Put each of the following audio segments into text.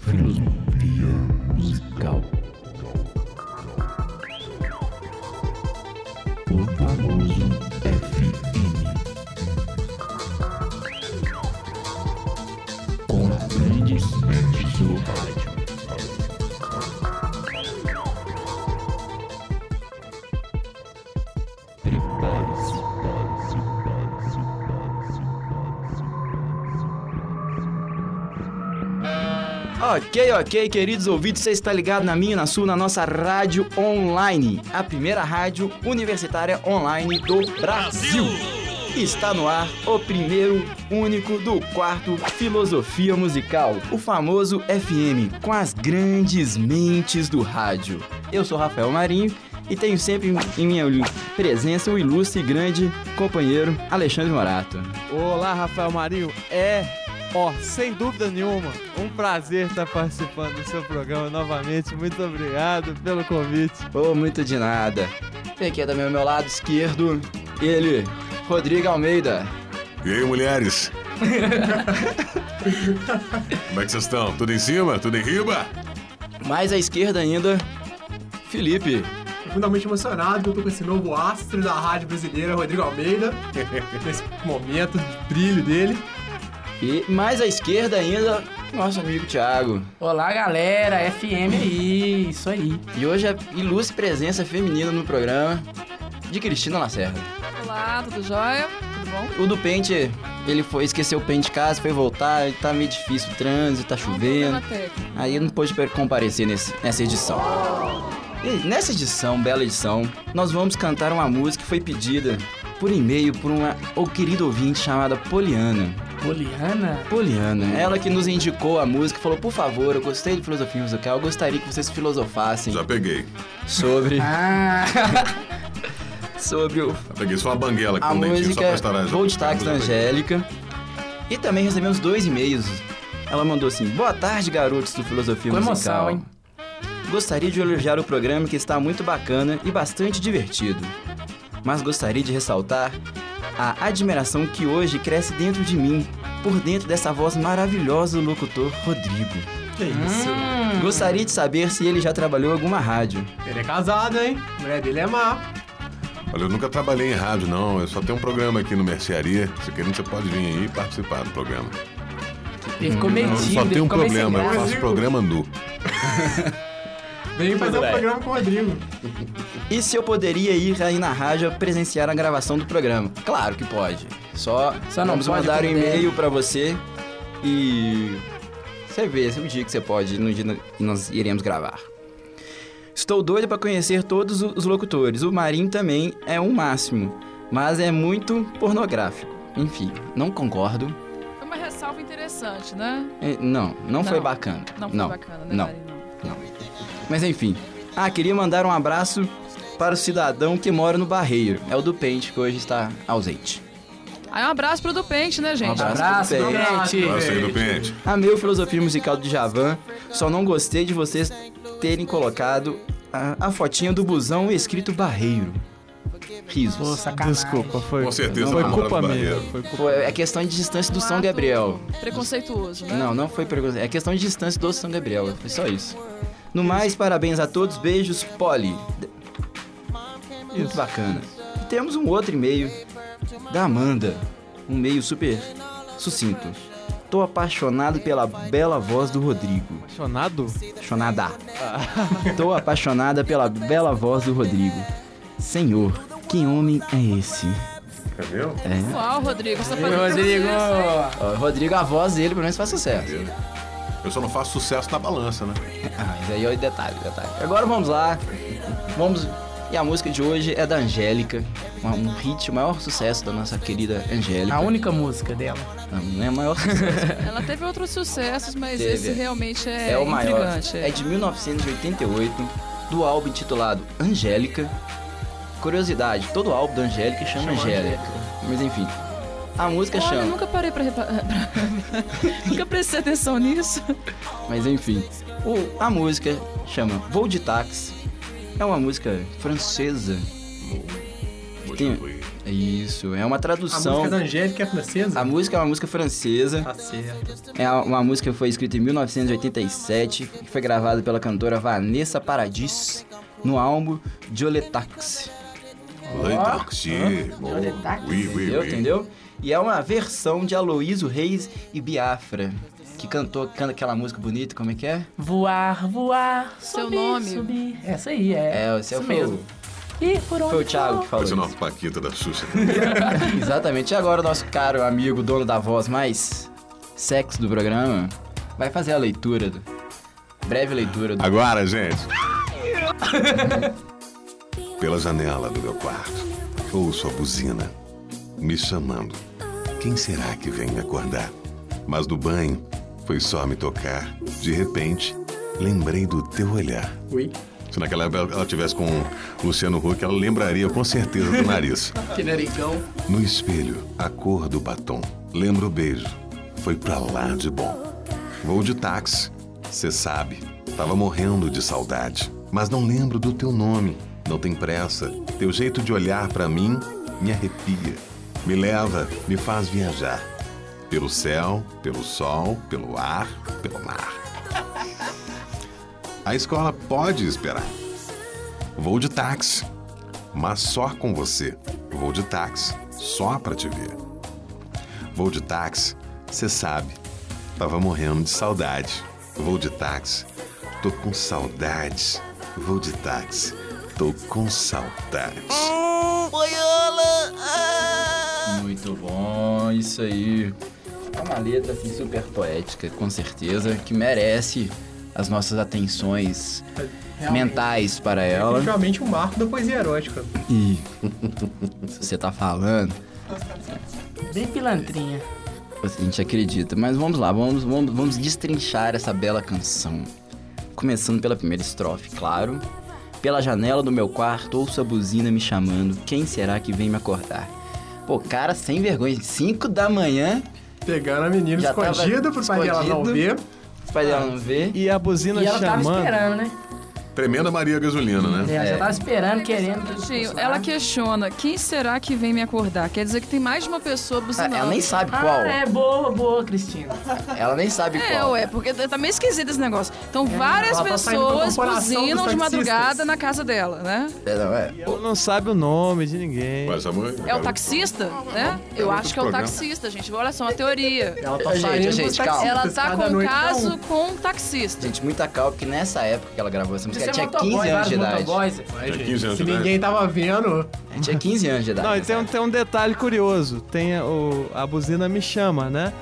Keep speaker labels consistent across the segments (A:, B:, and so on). A: Filosofia musical. O famoso FM. Com as grandes mentes do rádio.
B: Ok, ok, queridos ouvintes, você está ligado na minha, na sua, na nossa rádio online, a primeira rádio universitária online do Brasil. Está no ar o primeiro, único do quarto Filosofia Musical, o famoso FM, com as grandes mentes do rádio. Eu sou Rafael Marinho e tenho sempre em minha presença o ilustre e grande companheiro Alexandre Morato.
C: Olá, Rafael Marinho. É, ó, sem dúvida nenhuma, um prazer estar participando do seu programa novamente. Muito obrigado pelo convite.
B: Oh, muito de nada. Vem aqui também ao meu lado esquerdo, ele, Rodrigo Almeida.
D: E aí, mulheres? Como é que vocês estão? Tudo em cima? Tudo em riba?
B: Mais à esquerda ainda, Felipe.
E: Profundamente emocionado que eu tô com esse novo astro da rádio brasileira, Rodrigo Almeida. Nesse momento de brilho dele.
B: E mais à esquerda ainda, nosso amigo Thiago.
F: Olá, galera, FM aí, isso aí.
B: E hoje a ilustre presença feminina no programa de Cristina Lacerda.
G: Olá, tudo jóia? Tudo bom?
B: O do pente, ele foi esqueceu o pente de casa, foi voltar, e tá meio difícil o trânsito, tá chovendo. Aí não pôde comparecer nesse, nessa edição. E nessa edição, bela edição, nós vamos cantar uma música que foi pedida por e-mail por uma ou querido ouvinte chamada Poliana.
F: Poliana?
B: Poliana. Ela que nos indicou a música falou: por favor, eu gostei de filosofia musical, eu gostaria que vocês filosofassem
D: Já peguei.
B: sobre.
F: Ah,
B: sobre o,
D: Já peguei só a banguela aqui
B: a
D: com dentinho, só pra
B: música é
D: estará.
B: Vou de Táxi da Angélica. E também recebemos dois e-mails. Ela mandou assim: Boa tarde, garotos do Filosofia
F: Com
B: Musical.
F: emoção, hein?
B: Gostaria de elogiar o programa que está muito bacana e bastante divertido. Mas gostaria de ressaltar a admiração que hoje cresce dentro de mim, por dentro dessa voz maravilhosa do locutor Rodrigo.
E: Que isso?
B: Gostaria de saber se ele já trabalhou em alguma rádio.
E: Ele é casado, hein? A mulher dele é má.
D: Olha, eu nunca trabalhei em rádio, não. Eu só tenho um programa aqui no Mercearia. Se querendo, você pode vir aí e participar do programa.
F: ele ficou meio
D: Eu
F: tímido,
D: só
F: ele
D: tenho um
F: ficou meio sem
D: problema, eu
F: graça.
D: faço programa nu.
E: Vem fazer um
B: bem.
E: programa com o Rodrigo.
B: E se eu poderia ir aí na rádio presenciar a gravação do programa? Claro que pode. Só,
F: Só não
B: vamos
F: pode
B: mandar um
F: quem
B: e-mail pra você e você vê o dia que você pode, no dia que nós iremos gravar. Estou doido pra conhecer todos os locutores. O Marinho também é um máximo, mas é muito pornográfico. Enfim, não concordo.
G: Foi uma ressalva interessante, né?
B: Eh, Não, não, foi bacana.
G: Não foi bacana, né,
B: não.
G: Mari? Não.
B: Não. Mas enfim. Ah, queria mandar um abraço para o cidadão que mora no Barreiro. É o do Pente, que hoje está ausente.
G: Aí um abraço pro Dupente, né, gente?
B: Um
F: Abraço,
B: Bem.
D: Eu
F: gente.
D: sei do pente.
B: Amei o filosofia musical do Javan, só não gostei de vocês terem colocado a, a fotinha do busão escrito Barreiro.
F: Pô,
B: Risos.
F: sacanagem.
C: Desculpa, foi,
D: Com certeza tá
C: foi
D: não mora no
C: culpa minha.
D: banheiro.
C: Foi culpa
B: Foi- é questão de distância do
G: Um
B: São
G: ato
B: Gabriel.
G: Preconceituoso, né?
B: Não, não foi pergunta. É questão de distância do São Gabriel. Foi só isso. No mais, parabéns a todos. Beijos, Polly. De- Muito bacana. E temos um outro e-mail da Amanda. Um e-mail super sucinto. Tô apaixonado pela bela voz do Rodrigo.
C: Apaixonado?
B: Apaixonada. Tô apaixonada pela bela voz do Rodrigo. Senhor, que homem é esse? É.
D: Entendeu?
G: Uau, Rodrigo, você tá fazendo
F: Rodrigo.
G: sucesso, hein?
B: Ó, Rodrigo, a voz dele pelo menos faz sucesso.
D: Eu só não faço sucesso na balança, né?
B: Ah, mas aí é o detalhe, detalhe. Agora vamos lá. Vamos. E a música de hoje é da Angélica. uma- Um hit, o maior sucesso da nossa querida Angélica.
F: A única música dela.
B: Não, não é o maior sucesso.
G: Ela teve outros sucessos, mas
B: Teve.
G: esse realmente é,
B: é o maior.
G: intrigante.
B: É de 1988, do álbum intitulado Angélica. Curiosidade, todo álbum da Angélica chama, Angélica. Mas enfim. A música
G: Olha, eu
B: chama.
G: nunca parei pra reparar. nunca prestei atenção nisso.
B: Mas enfim, o- a música chama Vou de Táxi. É uma música francesa. Que tem, Isso, é uma
E: A
B: tradução.
E: música da Angélica é francesa?
B: A música é uma música francesa.
E: Tá certo.
B: É uma música que foi escrita em 1987, que foi gravada pela cantora Vanessa Paradis no álbum Joletax.
D: Leitaxi.
F: Leitaxi.
D: Oui, oui,
B: Entendeu?
D: oui.
B: Entendeu? E é uma versão de Aloysio Reis e Biafra, que cantou canta aquela música bonita, como é que é?
F: Voar, voar,
G: Seu
F: subir,
G: nome.
F: subir. Essa aí, é.
B: É, o seu
F: isso
B: foi,
F: mesmo.
B: o-
F: E por onde
B: foi o Thiago que falou.
D: Parece
B: isso.
D: uma paquita da Xuxa.
B: Exatamente. E agora o nosso caro amigo, dono da voz mais sexy do programa, vai fazer a leitura, do- breve leitura do...
D: Agora, gente. Pela janela do meu quarto, ouço a buzina me chamando. Quem será que vem me acordar? Mas do banho, foi só me tocar. De repente, lembrei do teu olhar.
E: Ui.
D: Se naquela época ela tivesse com o Luciano Huck, ela lembraria com certeza do nariz.
F: Que narigão.
D: No espelho, a cor do batom. Lembra o beijo. Foi pra lá de bom. Vou de táxi. Cê sabe. Tava morrendo de saudade. Mas não lembro do teu nome. Não tem pressa. Teu jeito de olhar pra mim me arrepia. Me leva, me faz viajar. Pelo céu, pelo sol, pelo ar, pelo mar. A escola pode esperar. Vou de táxi mas só com você. Vou de táxi, só pra te ver. Vou de táxi, cê sabe, tava morrendo de saudade. Vou de táxi, tô com saudade. Vou de táxi, tô com saudade.
B: Muito bom, isso aí. É uma letra assim, super poética, com certeza, que merece as nossas atenções
E: Realmente.
B: mentais para
E: É
B: ela.
E: definitivamente um marco da poesia erótica.
B: E se você tá falando,
F: Bem pilantrinha.
B: a gente acredita. Mas vamos lá, vamos, vamos, vamos destrinchar essa bela canção. Começando pela primeira estrofe, claro. Pela janela do meu quarto, ouço a buzina me chamando. Quem será que vem me acordar? Pô, cara, sem vergonha. 5 da manhã,
E: Pegando a menina
B: Já tava
E: escondida pro pai dela não ver.
B: escondido. os pais dela não vê.
C: E a buzina
F: E ela
E: tá
F: tava
C: chamando.
F: esperando, né?
D: Tremenda Maria Gasolina, né?
F: Ela
B: É.
F: já tava esperando, querendo. que
G: Gente,
F: funcionasse.
G: ela questiona, quem será que vem me acordar? Quer dizer que tem mais de uma pessoa
B: Ah,
G: buzinando.
B: ela nem sabe
F: Ah,
B: qual.
F: é boa, boa, Cristina.
B: Ela nem sabe
G: É,
B: qual.
G: ué, porque tá meio esquisito esse negócio. Então, várias
E: ela tá saindo da
G: pessoas
E: corporação
G: buzinam
E: dos taxistas.
G: de madrugada na casa dela, né?
B: É, não, é.
C: Ela não sabe o nome de ninguém.
D: Mas, amor,
G: É o taxista, né? Eu acho que é o taxista, gente. Olha só, uma teoria.
E: Ela tá
B: Gente,
E: saindo
B: gente,
E: dos
B: calma.
E: taxistas.
G: Ela tá
E: Cada
G: com um
E: noite tá
G: caso
E: um.
G: com um taxista.
B: Gente, muita calma, porque nessa época que ela gravou essa música, ela
F: Você é
B: tinha
F: motoboy,
B: 15 anos
F: vários
B: de idade.
F: motoboys.
E: Ai, gente,
D: 15 anos
E: se
D: de idade.
E: ninguém tava vendo,
B: Ela tinha 15 anos de idade.
C: Não, e
B: nessa
C: tem um,
B: época.
C: tem um detalhe curioso. Tem a- o, a buzina me chama, né?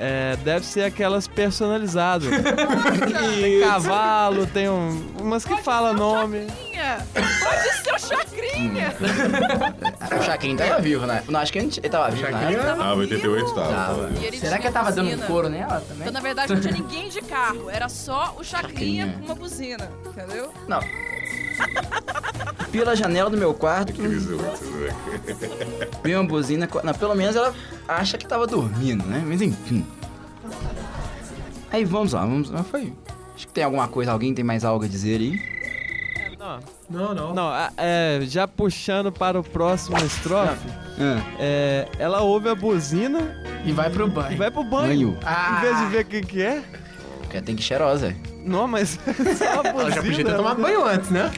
C: É, deve ser aquelas personalizadas. tem cavalo, tem um, umas que fala nome.
G: Chacrinha! Pode ser o Chacrinha!
B: O Chacrinha tava vivo, né? Não, acho que ele ele tava vivo, né?
E: Shakira,
D: Ah, 88 tava.
G: E ele
F: Será que
G: tinha
F: ela tava dando
G: buzina.
F: um couro nela também?
G: Então, na verdade, não tinha ninguém de carro. Era só o Chacrinha
B: Chacrinha.
G: com uma buzina, entendeu?
B: Não. Pela janela do meu quarto, vi uma buzina. co- Não, pelo menos ela acha que tava dormindo, né? Mas enfim. Aí vamos lá, vamos lá. Foi. Acho que tem alguma coisa, alguém tem mais algo a dizer aí?
C: Não,
E: Não, não.
C: não a- é, já puxando para o próximo estrofe,
B: Ah,
C: é, ela ouve a buzina
F: E vai pro
C: e
F: banho.
C: vai pro banho.
B: Banho.
C: Em vez de
E: Ah.
C: ver quem que é.
B: porque tem que ir cheirosa.
C: Não, mas só a buzina.
E: Ela já podia ter tomado banho antes, né?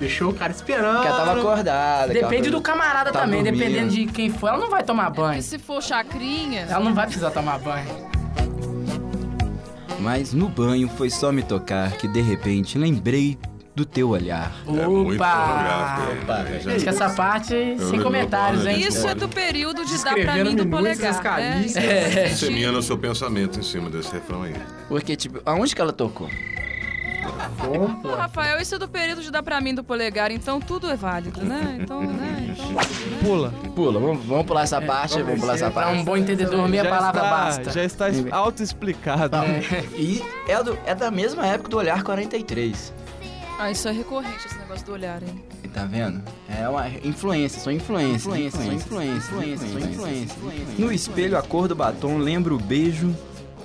E: Deixou o cara esperando.
B: Porque ela tava acordada. aquela
F: Depende
B: coisa.
F: do camarada
B: Tá
F: também,
B: dormindo.
F: dependendo de quem for. Ela não vai tomar
G: E
F: banho.
G: se for Chacrinha,
F: Ela não vai precisar tomar banho.
B: Mas no banho foi só me tocar que de repente lembrei do teu olhar.
D: É muito
F: Opa!
D: pornográfico. né? Já-
F: Acho que essa parte,
D: Eu
F: sem
D: não-
F: comentários,
D: não-
F: hein?
G: isso é do período de dar pra
E: Escreveram
G: mim do
E: minúcias
G: polegar, né?
E: calistas.
G: É.
D: Semina o seu pensamento em cima desse refrão aí.
B: Porque, tipo, aonde que ela tocou?
E: Bom, pô.
G: Rafael, isso é do período de dar pra mim do polegar, então tudo é válido, né? Então, né? Então...
C: Pula.
B: Pula, vamos, vamos pular essa parte, É, vamos, pular essa
F: Pra
B: parte.
F: um bom entendedor, meia
C: já
F: palavra
C: está,
F: basta.
C: Já está es- autoexplicado.
E: Tá.
B: E é, do- é da mesma época do Olhar 43.
G: Ah, isso é recorrente, esse negócio do olhar, hein?
B: E Tá vendo? É uma influência, só influência. Influência, só influência, influência, só influência. No espelho, a cor do batom lembra o beijo.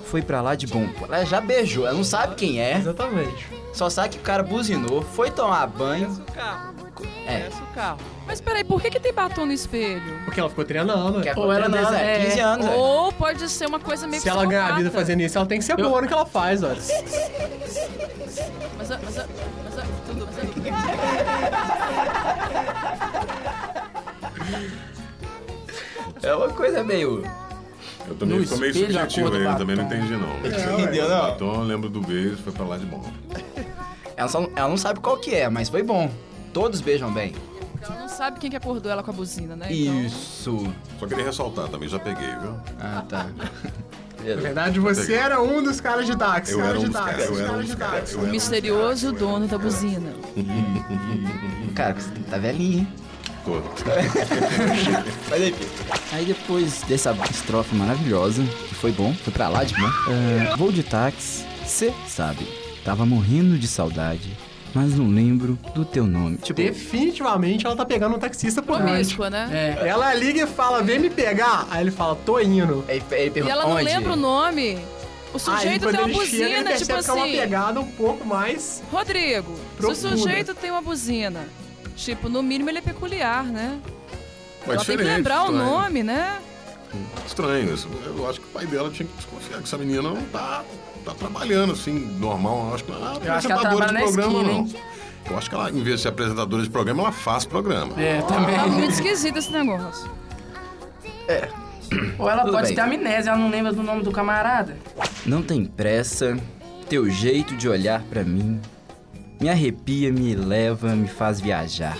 B: foi pra lá de bom. Ela já beijou, ela não sabe quem é,
E: Exatamente.
B: só sabe que o cara buzinou, foi tomar banho.
C: Conhece o carro.
B: É.
C: Conhece o carro.
G: Mas peraí, por que, que tem batom no espelho?
E: Porque ela ficou treinando.
B: Que
E: né?
F: Ou ela não,
B: acontece, é,
F: é.
B: 15 anos, velho.
G: Ou pode ser uma coisa meio
E: Se ela ganhar a vida
G: psicopata.
E: fazendo isso, ela tem que ser boa no que ela faz, ó.
G: Mas, eu- mas, eu- mas, eu- tudo, mas, eu-
B: É uma coisa meio.
D: Eu também
F: No
D: fico meio
F: espelho, a cor
D: subjetivo
F: do
D: aí, eu
F: batom. É.
D: também não entendi não.
B: Não, entendeu, não?
D: Então eu lembro do beijo, foi pra lá de bom.
B: Ela, só- ela não sabe qual que é, mas foi bom. Todos beijam bem.
G: ela não sabe quem que acordou ela com a buzina, né? Então-
B: Isso.
D: Só queria ressaltar também, já peguei, viu?
B: Ah, tá.
E: Na verdade, você era um dos caras de táxi.
D: Eu
E: cara
D: era um
E: de
D: dos
E: táxi,
D: caras, eu
E: cara
D: era um dos
E: de
D: caras.
E: táxi.
D: eu era um dos
G: Misterioso dono da buzina.
B: Cara, você tá velhinho, hein?
D: caras. Tô.
B: Mas enfim. Aí depois dessa estrofe maravilhosa, que foi bom, foi pra lá de bom. é, vou de táxi, cê sabe. Tava morrendo de saudade, mas não lembro do teu nome. Tipo,
E: Definitivamente ela tá pegando um taxista por noite.
G: Promíscua, né?
F: É.
E: Ela liga e fala, vem me pegar. Aí ele fala, tô indo.
B: ele, ele
G: E
B: pergunta,
G: ela não
B: É, onde?
G: lembra o nome. O
E: Aí,
G: sujeito
E: quando
G: tem uma
E: ele chega, ele
G: buzina, tipo
E: percebe que é uma
G: assim.
E: pegada um pouco mais...
G: Rodrigo, se
E: Profunda.
G: o sujeito tem uma buzina, tipo, no mínimo ele é peculiar, né?
D: Mas
G: ela tem que
D: diferente,
G: lembrar o
D: estranho.
G: nome, né?
D: Estranho isso. Eu acho que o pai dela tinha que desconfiar que essa menina não tá, tá trabalhando assim, normal. Eu acho que ela não é
F: Eu acho que ela
D: apresentadora de
F: trabalha
D: programa,
F: na
D: não.
F: esquina,
D: Eu acho que ela, em vez de ser apresentadora de programa, ela faz programa.
F: É, também.
G: Tá muito esquisito esse negócio.
F: Ou ela
B: Tudo
F: pode
B: bem.
F: ter amnésia, ela não lembra do nome do camarada.
B: Não tem pressa, teu jeito de olhar pra mim me arrepia, me leva, me faz viajar.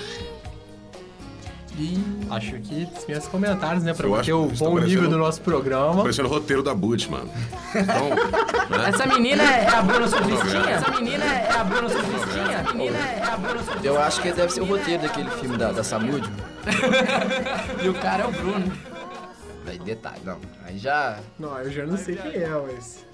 E: Acho que meus comentários, né? Pra
D: Eu acho
E: manter o
D: que eles tão
E: bom nível
D: parecendo-
E: do nosso programa.
D: Parecendo o roteiro da Butch, mano. Então, né?
F: Essa menina é a Bruna Surfistinha? Essa menina é a Bruna Surfistinha? Essa menina é a Bruna Surfistinha?
B: Eu acho que deve ser o roteiro daquele filme da, tipo. da Samúdio.
F: E o cara é o Bruno.
B: Aí detalhe, não. Aí já.
E: Não, eu já não sei quem é, mas...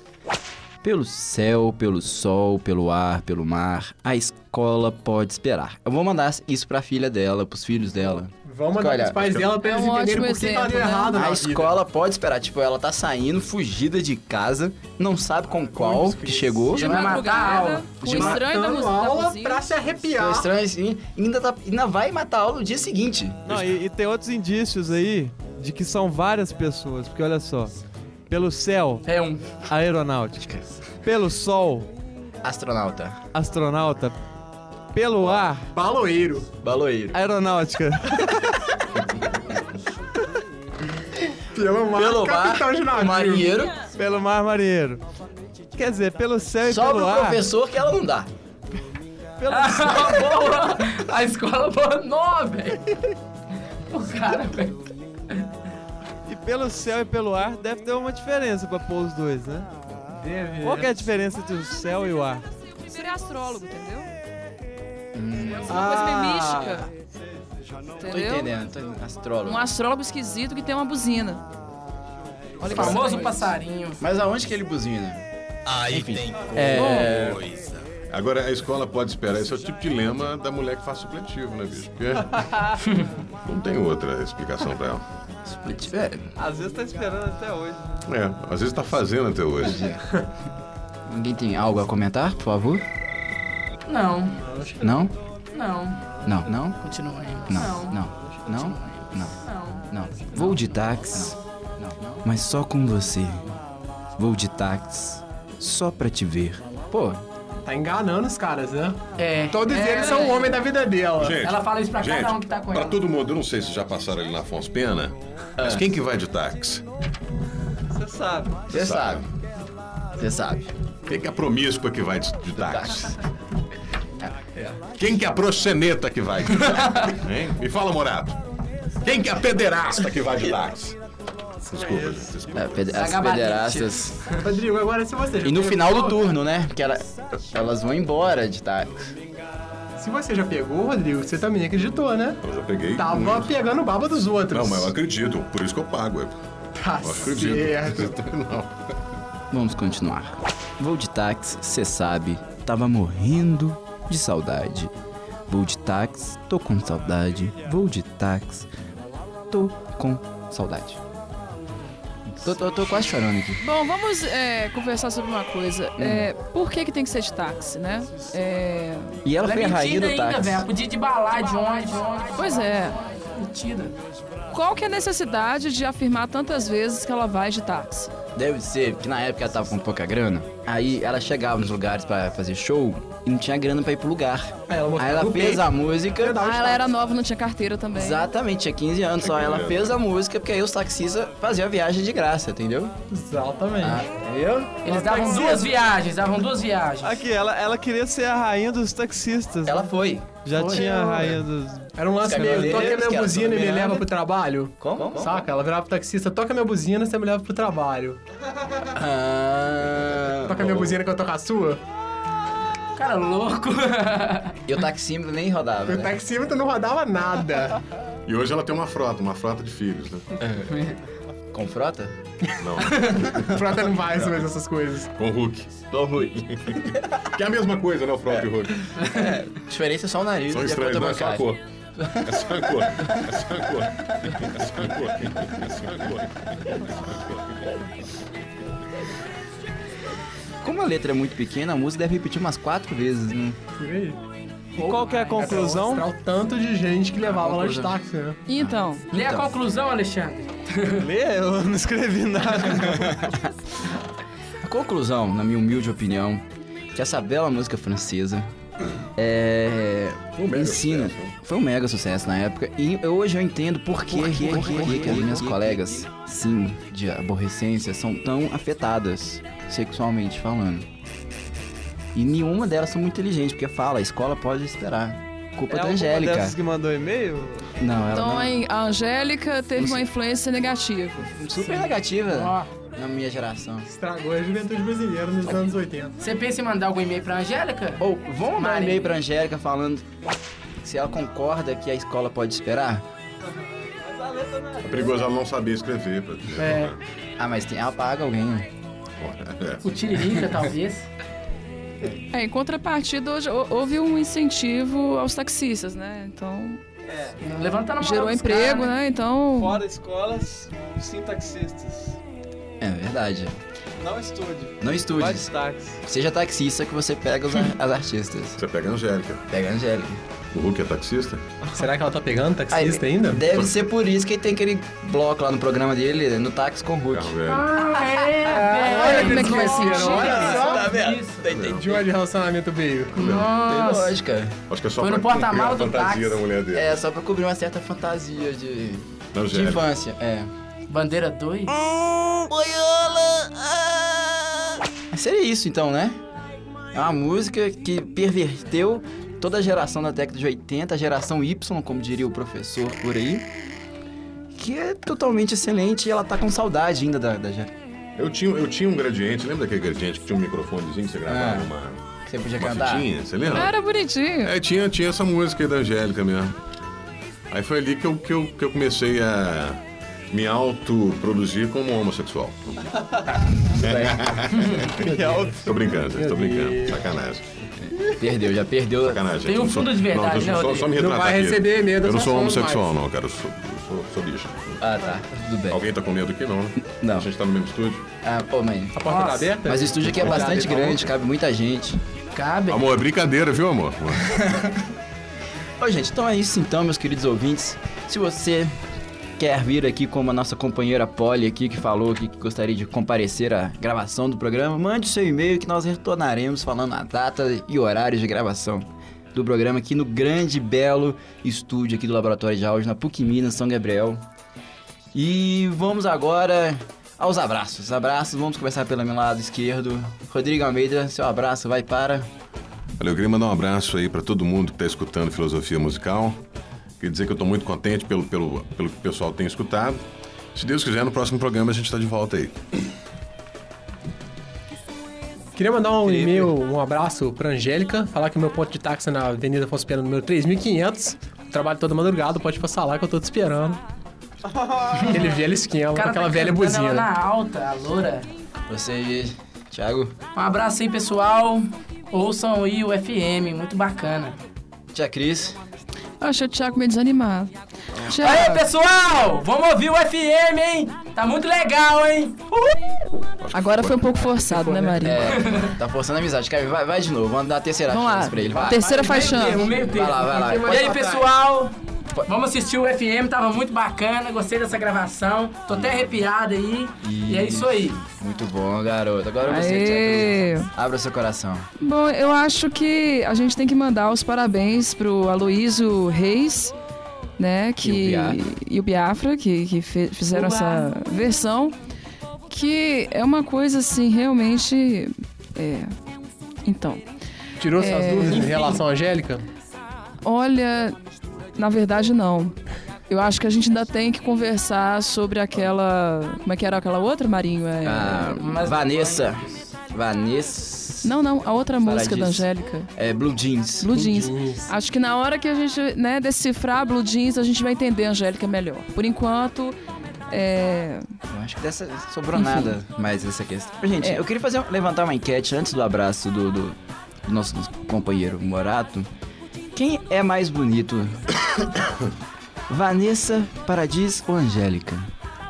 B: Pelo céu, pelo sol, pelo ar, pelo mar, a escola pode esperar. Eu vou mandar isso pra filha dela, pros filhos dela.
E: Vamos mandar
B: Olha,
E: pros pais dela pra
G: é
E: eles
G: um
E: entenderem
G: ótimo
E: por que que ela deu
G: exemplo, né?
E: errado na
B: A
E: vida.
B: escola pode esperar. Tipo, ela tá saindo, fugida de casa, não sabe com qual que chegou.
G: De
F: vai matar a
G: madrugada,
F: aula.
G: com o estranho da,
E: Matando
G: mu- da
E: aula
G: buzina.
E: pra se
B: Tô
E: arrepiar.
B: estranho assim, ainda, tá, ainda vai matar a aula no dia seguinte.
C: Não, e, e tem outros indícios aí de que são várias pessoas, porque olha só. Pelo céu,
F: É um.
C: aeronáutica. Pelo sol,
B: Astronauta.
C: astronauta. Pelo ar,
E: Baloeiro.
B: Baloeiro.
C: aeronáutica.
E: Pelo mar,
B: Pelo mar,
E: capitão de navio.
B: marinheiro.
C: Pelo mar marinheiro. Quer dizer, pelo céu e
B: Sobra
E: Então,
C: pelo
B: o
E: ah.
C: ar.
B: professor que ela não dá.
C: Pelo
F: boa! A escola boa não, velho. O cara, velho.
C: E pelo céu e pelo ar deve ter uma diferença pra pôr os dois, né? Qual que é a diferença entre o céu e o ar?
G: O primeiro é astrólogo, entendeu? É uma coisa meio mística.
B: Tô
G: Entendeu?
B: entendendo, tô entendendo. Astrólogo.
G: Um astrólogo esquisito que tem uma buzina.
F: O famoso passarinho.
B: Mas aonde que ele buzina?
D: agora a escola pode esperar. Esse é o tipo de lema da mulher que faz supletivo, né, bicho? Porque não tem outra explicação pra ela.
B: É,
C: Às vezes tá esperando até hoje.
D: É, às vezes tá fazendo até hoje.
B: Ninguém tem algo a comentar, por favor?
F: Não,
B: Não?
F: não.
B: Não. Não?
F: Continua aí.
B: Não. Não. Não? Não.
F: Não.
B: Não. Vou de táxi, mas só com você. Vou de táxi, só pra te ver. Pô,
E: Tá enganando os caras, né?
F: É.
E: Todos eles são o homem da vida dela.
D: Gente,
F: Ela fala isso pra
D: Gente,
F: cada um que tá com
D: pra
F: ela.
D: todo mundo, eu não sei se já passaram ali na Afonso Pena, mas quem que vai de táxi?
C: Você sabe.
B: você sabe. Você sabe.
D: Quem que é a promíscua que vai de, de táxi? Quem que é a proxeneta que vai de táxi? Hein? Me fala, Morato. Quem que é a pederasta que vai de táxi? Desculpa, gente, desculpa.
B: É, pede- As
F: Sagabatite.
B: pederastas.
E: Rodrigo, agora se você já
B: E no
E: pegou-
B: final do turno, né? Porque ela- elas vão embora de táxi.
E: Se você já pegou, Rodrigo, você também acreditou, né?
D: Eu já peguei.
E: Tava
D: muito.
E: pegando baba dos outros.
D: Não, mas eu acredito, por isso que eu pago. é.
E: Tá
D: Eu acredito.
E: certo.
D: Não.
B: Vamos continuar. Vou de táxi, cê sabe, tava morrendo de saudade. Vou de táxi, tô com saudade. Vou de táxi, tô com saudade. Tô, tô, tô quase chorando aqui.
G: Bom, vamos é, conversar sobre uma coisa. É, por que, que tem que ser de táxi, né? É,
B: E ela
F: Ela
B: foi
F: é
B: a rainha
F: metida
B: do
F: ainda,
B: táxi.
F: velho. Podia ir de balada, de onde, de onde.
G: pois é.
F: Metida.
G: Qual que é a necessidade de afirmar tantas vezes que ela vai de táxi?
B: Deve ser que na época ela tava com pouca grana. Aí ela chegava nos lugares pra fazer show e não tinha grana pra ir pro lugar.
F: É,
E: Aí ela botou
B: Aí ela
E: no
B: fez
E: peito.
B: a música. é-
G: Ah, ela era nova, não tinha carteira também.
B: Exatamente, tinha 15 anos só. Ela fez a música porque aí os taxistas faziam a viagem de graça, entendeu?
E: Exatamente.
B: Entendeu?
F: Eles davam duas viagens, davam duas viagens.
H: Aqui, ela, ela queria ser a rainha dos taxistas.
B: Ela foi.
H: Já tinha a rainha dos.
E: Era um lance
B: Os
E: meio,
B: cabeleireiros,
E: toca
B: que
E: minha
B: era
E: buzina e me
B: soberano.
E: leva pro trabalho.
B: Como?
E: Saca? Ela virava pro taxista, toca minha buzina, você me leva pro trabalho.
B: Ah,
E: Toca minha buzina que eu toco a sua.
F: Cara louco.
B: E o taxímetro nem rodava.
E: O
B: né?
E: taxímetro não rodava nada.
D: E hoje ela tem uma frota, uma frota de filhos, né?
B: Com frota?
D: Não,
E: Frota não faz mais essas coisas.
D: com o Hulk.
B: Tô ruim.
D: Que é a mesma coisa, né, o frota e o Hulk.
B: Diferença é só o nariz
D: São
B: e a
D: estranhos,
B: conta
D: não é só a
B: bancária.
D: cor. É só a cor. É só a cor. É só a cor. É só a cor.
B: Como a letra é muito pequena, a música deve repetir umas quatro vezes, né?
E: Por aí.
H: E qual que é a conclusão?
E: Mostrar o tanto de gente que levava lá de
B: Conclusão.
E: táxi, né?
G: E Então,
F: Lê a
B: Então.
F: conclusão, Alexandre.
H: Lê, eu não escrevi nada.
B: A conclusão, na minha humilde opinião, que essa bela música francesa é. ensina. Foi um mega sucesso na época. E eu- hoje eu entendo por que, que, que- que as minhas colegas, sim, de aborrecência, são tão afetadas sexualmente falando. E nenhuma delas são muito inteligentes, porque fala, a escola pode esperar. Culpa
H: é
B: da
H: uma
B: Angélica.
H: dessas que mandou e-mail?
B: Não, ela
G: então
B: não.
G: hein, a Angélica teve uma influência negativa.
B: Super negativa
F: Ó,
B: na minha geração.
E: Estragou a juventude brasileira nos anos 80.
F: você pensa em mandar algum e-mail pra Angélica?
B: Ou vamos mandar um
F: Mari.
B: e-mail pra Angélica falando se ela concorda que a escola pode esperar?
D: É perigoso ela não saber escrever. Pra dizer.
F: É,
B: Ah, mas tem, ela paga alguém, né?
F: o Tiririca, talvez.
G: É, em contrapartida, hoje hou- houve um incentivo aos taxistas, né? Então,
F: Levantando a mão.
G: gerou emprego, né? Então,
H: Fora escolas, sim taxistas.
B: É verdade.
H: Não estude.
B: Não
H: Vai de
B: estude.
H: táxi.
B: Seja taxista que você pega os, ar- as artistas.
D: Você pega a Angélica.
B: Pega a Angélica.
D: O Hulk é taxista?
E: Será que ela tá pegando taxista
B: Aí,
E: ainda?
B: Deve ser por isso que ele tem aquele bloco lá no programa dele, no táxi com o Hulk.
D: Carro velho.
F: Ah, é, velho.
G: olha como é que vai
F: Nossa,
G: sentir.
F: olha só.
H: Ah,
B: Tá vendo? Tá
E: De onde é relacionamento veio?
B: Tem
F: Nossa.
B: lógica.
D: Acho que é só
F: Foi
D: pra
F: no porta-malas
D: cumprir a
F: do
D: fantasia
F: táxi.
D: da mulher dele.
B: É, só pra cobrir uma certa fantasia de, de
D: Da Angélica.
B: infância. É.
F: Bandeira 2?
B: Seria isso então, né? É uma música que perverteu toda a geração da década de 80, a geração Y, como diria o professor por aí. Que é totalmente excelente e ela tá com saudade ainda da, da geração.
D: Eu tinha, eu tinha um gradiente, lembra daquele gradiente que tinha um microfonezinho que você gravava
B: Ah.
D: numa,
B: Que você podia
D: uma
B: cantar.
D: fitinha? Você lembra?
G: era bonitinho.
D: É, tinha, tinha essa música aí da Angélica mesmo. Aí foi ali que eu, que eu, que eu comecei a me autoproduzir como homossexual. tô brincando, gente, tô brincando. Sacanagem.
B: Perdeu, já perdeu.
D: Sacanagem.
F: Tem
D: gente,
F: um
D: não
F: fundo
D: sou-
F: de verdade,
D: não, deixa eu
F: né,
D: só,
F: Rodrigo?
D: só me
E: Não
D: retratar
E: vai
D: aqui.
E: receber e-mail
D: Eu não
E: dessa
D: sou
E: forma
D: homossexual,
E: mais.
D: não, cara. Eu sou, eu sou, sou bicho.
B: Ah, tá. Tudo bem.
D: Alguém tá com medo aqui, não, né?
B: Não.
D: A gente tá no mesmo estúdio.
B: Ah, pô, mãe.
E: A porta tá
F: Nossa.
E: aberta?
B: Mas o estúdio aqui é bastante grande, cabe muita gente.
F: Cabe.
D: Amor, é brincadeira, viu, amor?
B: Ô, gente, então é isso então, meus queridos ouvintes. Se você quer vir aqui como a nossa companheira Polly aqui, que falou que gostaria de comparecer à gravação do programa, mande seu e-mail que nós retornaremos falando a data e horários de gravação do programa aqui no grande, belo estúdio aqui do Laboratório de Áudio, na PUC Minas, São Gabriel. E vamos agora aos abraços. Abraços, vamos começar pelo meu lado esquerdo. Rodrigo Almeida, seu abraço vai para...
D: Olha, eu queria mandar um abraço aí para todo mundo que está escutando Filosofia Musical. Queria dizer que eu estou muito contente pelo, pelo, pelo que o pessoal tem escutado. Se Deus quiser, no próximo programa a gente está de volta aí.
E: Queria mandar um e-mail, um abraço pra Angélica, falar que o meu ponto de táxi é na Avenida Afonso Pena, número 3500. Trabalho toda madrugada, pode passar lá que eu tô te esperando. Aquele velho esquema,
F: tá
E: aquela velha
F: cantando ela
E: buzina.
F: na alta, a loura.
B: Você, Thiago.
F: Um abraço aí, pessoal. Ouçam aí o FM, muito bacana.
B: Tia Cris.
G: Eu achei o Thiago meio desanimado. Tchau.
F: Aê, pessoal! Vamos ouvir o FM, hein? Tá muito legal, hein?
G: Agora foi um pouco forçado, né, Maria?
B: É, tá forçando a amizade. Quer ver? Vai, vai de novo. Vamos dar a terceira
G: Vamos
B: chance
G: lá.
B: pra ele. Vai.
G: Terceira faixinha.
F: Meio termo, meio termo.
B: Vai lá, vai lá. Pode
F: E aí,
B: botar.
F: pessoal? Vamos assistir o FM, tava muito bacana, gostei dessa gravação. Tô até arrepiado aí. E é isso aí.
B: Muito bom, garoto. Agora você,
G: Aê.
B: Tiago Luiz. Abra seu coração.
G: Bom, eu acho que a gente tem que mandar os parabéns pro Aloísio Reis, né?
B: E o
G: Que,
B: Biafra.
G: e o Biafra, que, que fe- fizeram
F: Uau.
G: essa versão. Que é uma coisa, assim, realmente... É... Então,
E: Tirou suas
G: É,
E: dúvidas em relação à Angélica?
G: olha... Na verdade, não. Eu acho que a gente ainda tem que conversar sobre aquela... Como é que era aquela outra, Marinho? É...
B: Ah,
F: mas-
B: Vanessa. Vanessa.
G: Não, não, a outra
B: Sarah
G: música da
B: disse.
G: Angélica.
B: É Blue Jeans.
G: Blue Jeans. Acho que na hora que a gente né, decifrar Blue Jeans, a gente vai entender a Angélica melhor. Por enquanto, é,
B: Eu acho que dessa sobrou nada mais essa questão. Gente, eu queria fazer, levantar uma enquete antes do abraço do, do- do nosso companheiro Morato. Quem é mais bonito? Vanessa Paradis ou Angélica?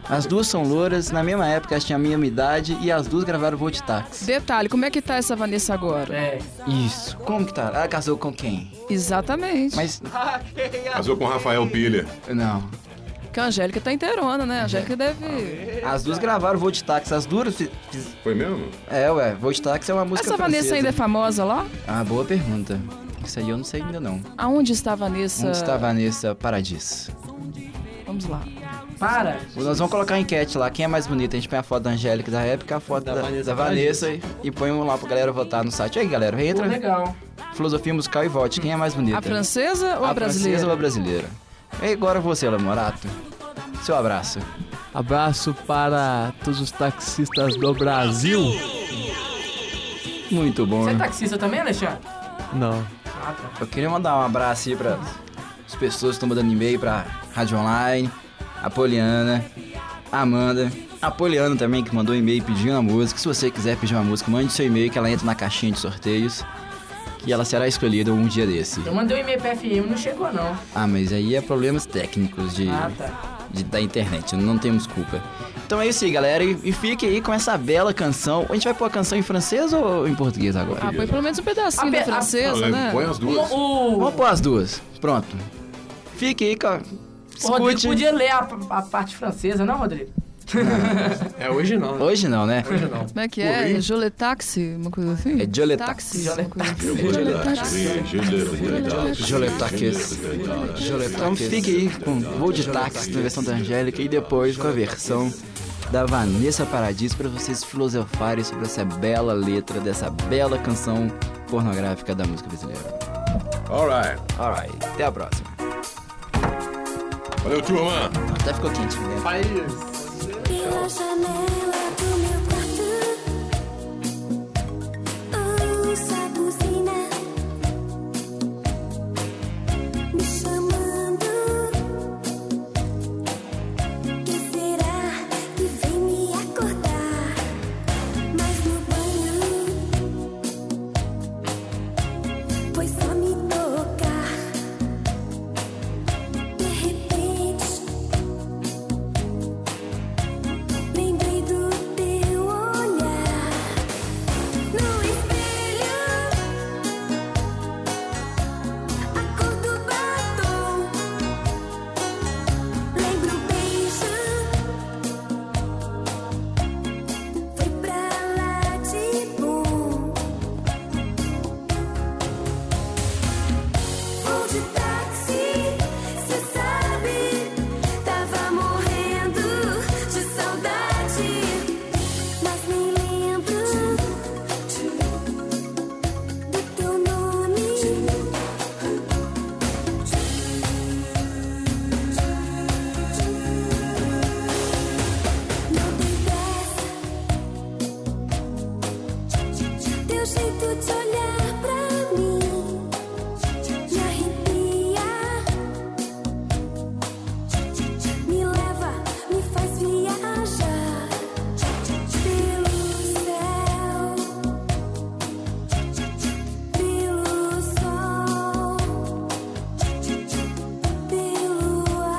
B: As duas são louras, na mesma época elas tinham a mesma idade e as duas gravaram Voo de Táxi.
G: detalhe, como é que tá essa Vanessa agora?
F: É.
B: Isso. Como que tá? Ela casou com quem?
G: Exatamente.
B: Mas.
I: Casou com o Rafael Pilha.
B: Não.
G: Porque a Angélica tá inteirona, né? A
B: É.
G: Angélica
B: Ah,
G: deve.
B: As duas gravaram Voo de Táxi. As duas. fi- fiz-
I: Foi mesmo?
B: É, ué, Voo de Táxi é uma música.
G: Essa Vanessa
B: francesa.
G: ainda é famosa lá?
B: Ah, boa pergunta. Isso aí eu não sei ainda não.
G: Aonde está a Vanessa?
B: Onde está a Vanessa Paradis?
G: Vamos lá.
F: Para.
B: Nós vamos colocar a enquete lá, quem é mais bonita? A gente põe a foto da Angélica da época, a foto da, da Vanessa, e, e põe um lá pra galera votar no site. Aí, galera,
F: Pô,
B: entra,
F: legal.
B: filosofia musical e vote. Quem é mais bonita?
G: Uhum. A francesa ou a,
B: A
G: brasileira?
B: francesa ou a brasileira? E agora você, Lamorato. Seu abraço.
C: Abraço para todos os taxistas do Brasil.
B: Muito bom.
F: Você
G: tá
F: é taxista também, Alexandre?
C: Não.
F: Ah, tá.
B: Eu queria mandar um abraço aí pra as pessoas que estão mandando e-mail pra Rádio Online, a Poliana, a Amanda, a Poliana também que mandou e-mail pedindo a música. Se você quiser pedir uma música, mande seu e-mail que ela entra na caixinha de sorteios e ela será escolhida um dia desse.
F: Eu mandei um e-mail pra FM, não chegou não.
B: Ah, mas aí é problemas técnicos de,
F: Ah, tá.
B: de- da internet, não temos culpa. Então é isso aí, galera, e, e fique aí com essa bela canção. A gente vai pôr a canção em francês ou em português agora?
G: Ah, põe pelo menos um
F: A
G: pedacinho
F: pe-
G: da
F: a-
D: Ah,
G: francesa,
D: é,
I: Não,
G: né?
I: Põe as duas.
F: O,
B: Vamos pôr as duas, pronto. Fique aí com a...
F: o Rodrigo
B: escute.
F: podia ler a, a parte francesa, não, Rodrigo?
E: É, hoje não. né?
B: Hoje não, né?
E: Hoje não.
G: Como é que é? Joletaxi? Uma coisa assim?
B: É Joletaxi.
G: Táxi, uma coisa assim.
B: Joletaques. Então fique aí com Voo de Táxi na versão da Angélica e depois com a versão da Vanessa Paradis para vocês filosofarem sobre essa bela letra dessa bela canção pornográfica da música brasileira.
I: Alright.
B: Alright, até a próxima.
I: Valeu, turma.
B: Até ficou quente, né?
H: Pela janela do meu quarto, ouço a buzina me chamando. Quem será que vem me acordar? Mas no banho foi só me tocar. De repente. Lembrei do teu olhar no espelho, a cor do batom. Lembro um beijo, foi pra lá de bom. Vou de táxi, cê sabe. Tava morrendo de saudade, mas me lembro do teu nome. Não tem pressa, teu jeito de olhar pra mim. Me arrepia, me leva, me faz viajar pelo céu, pelo sol, pelo ar.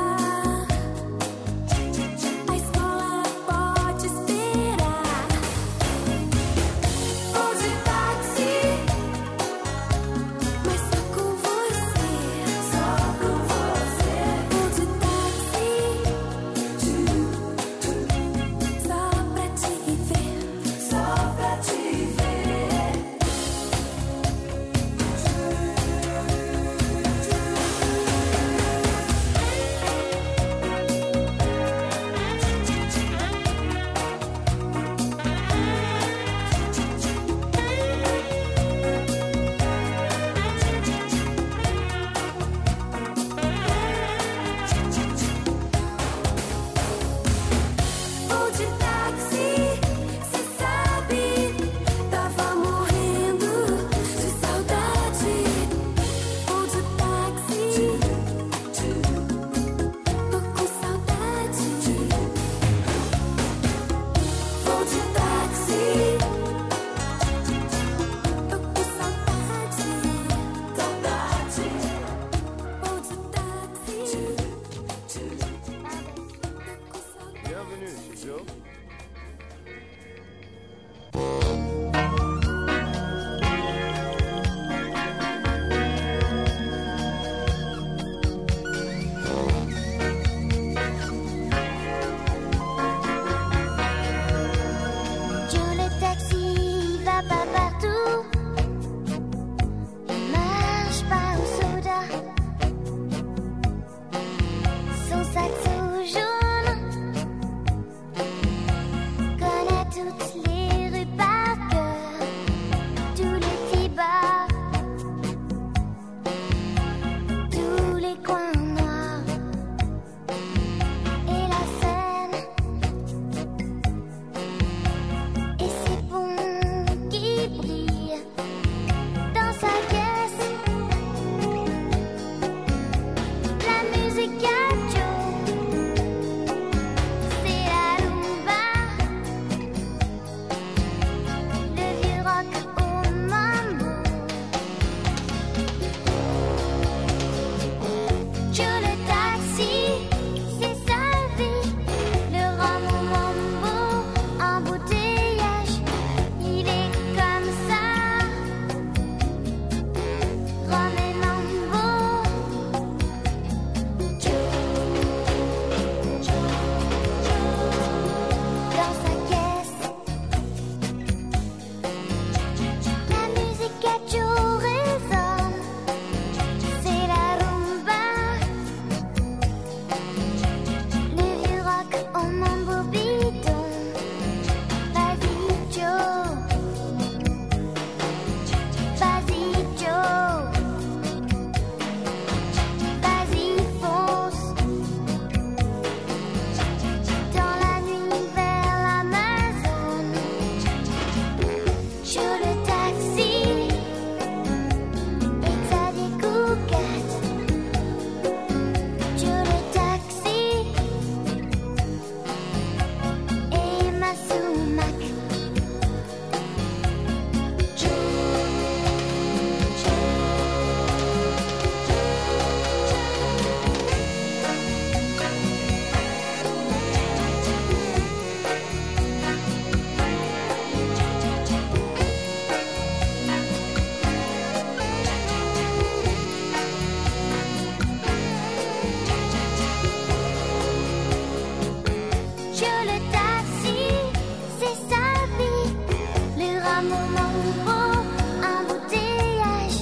H: moment en embouteillage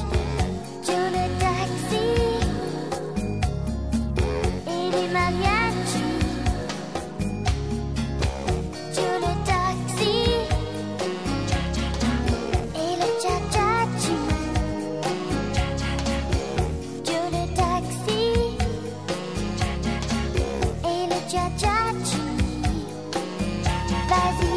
H: sur le taxi et les mariachis sur le taxi et le cha-cha-chi sur le taxi et le cha-cha-chi Vas-y,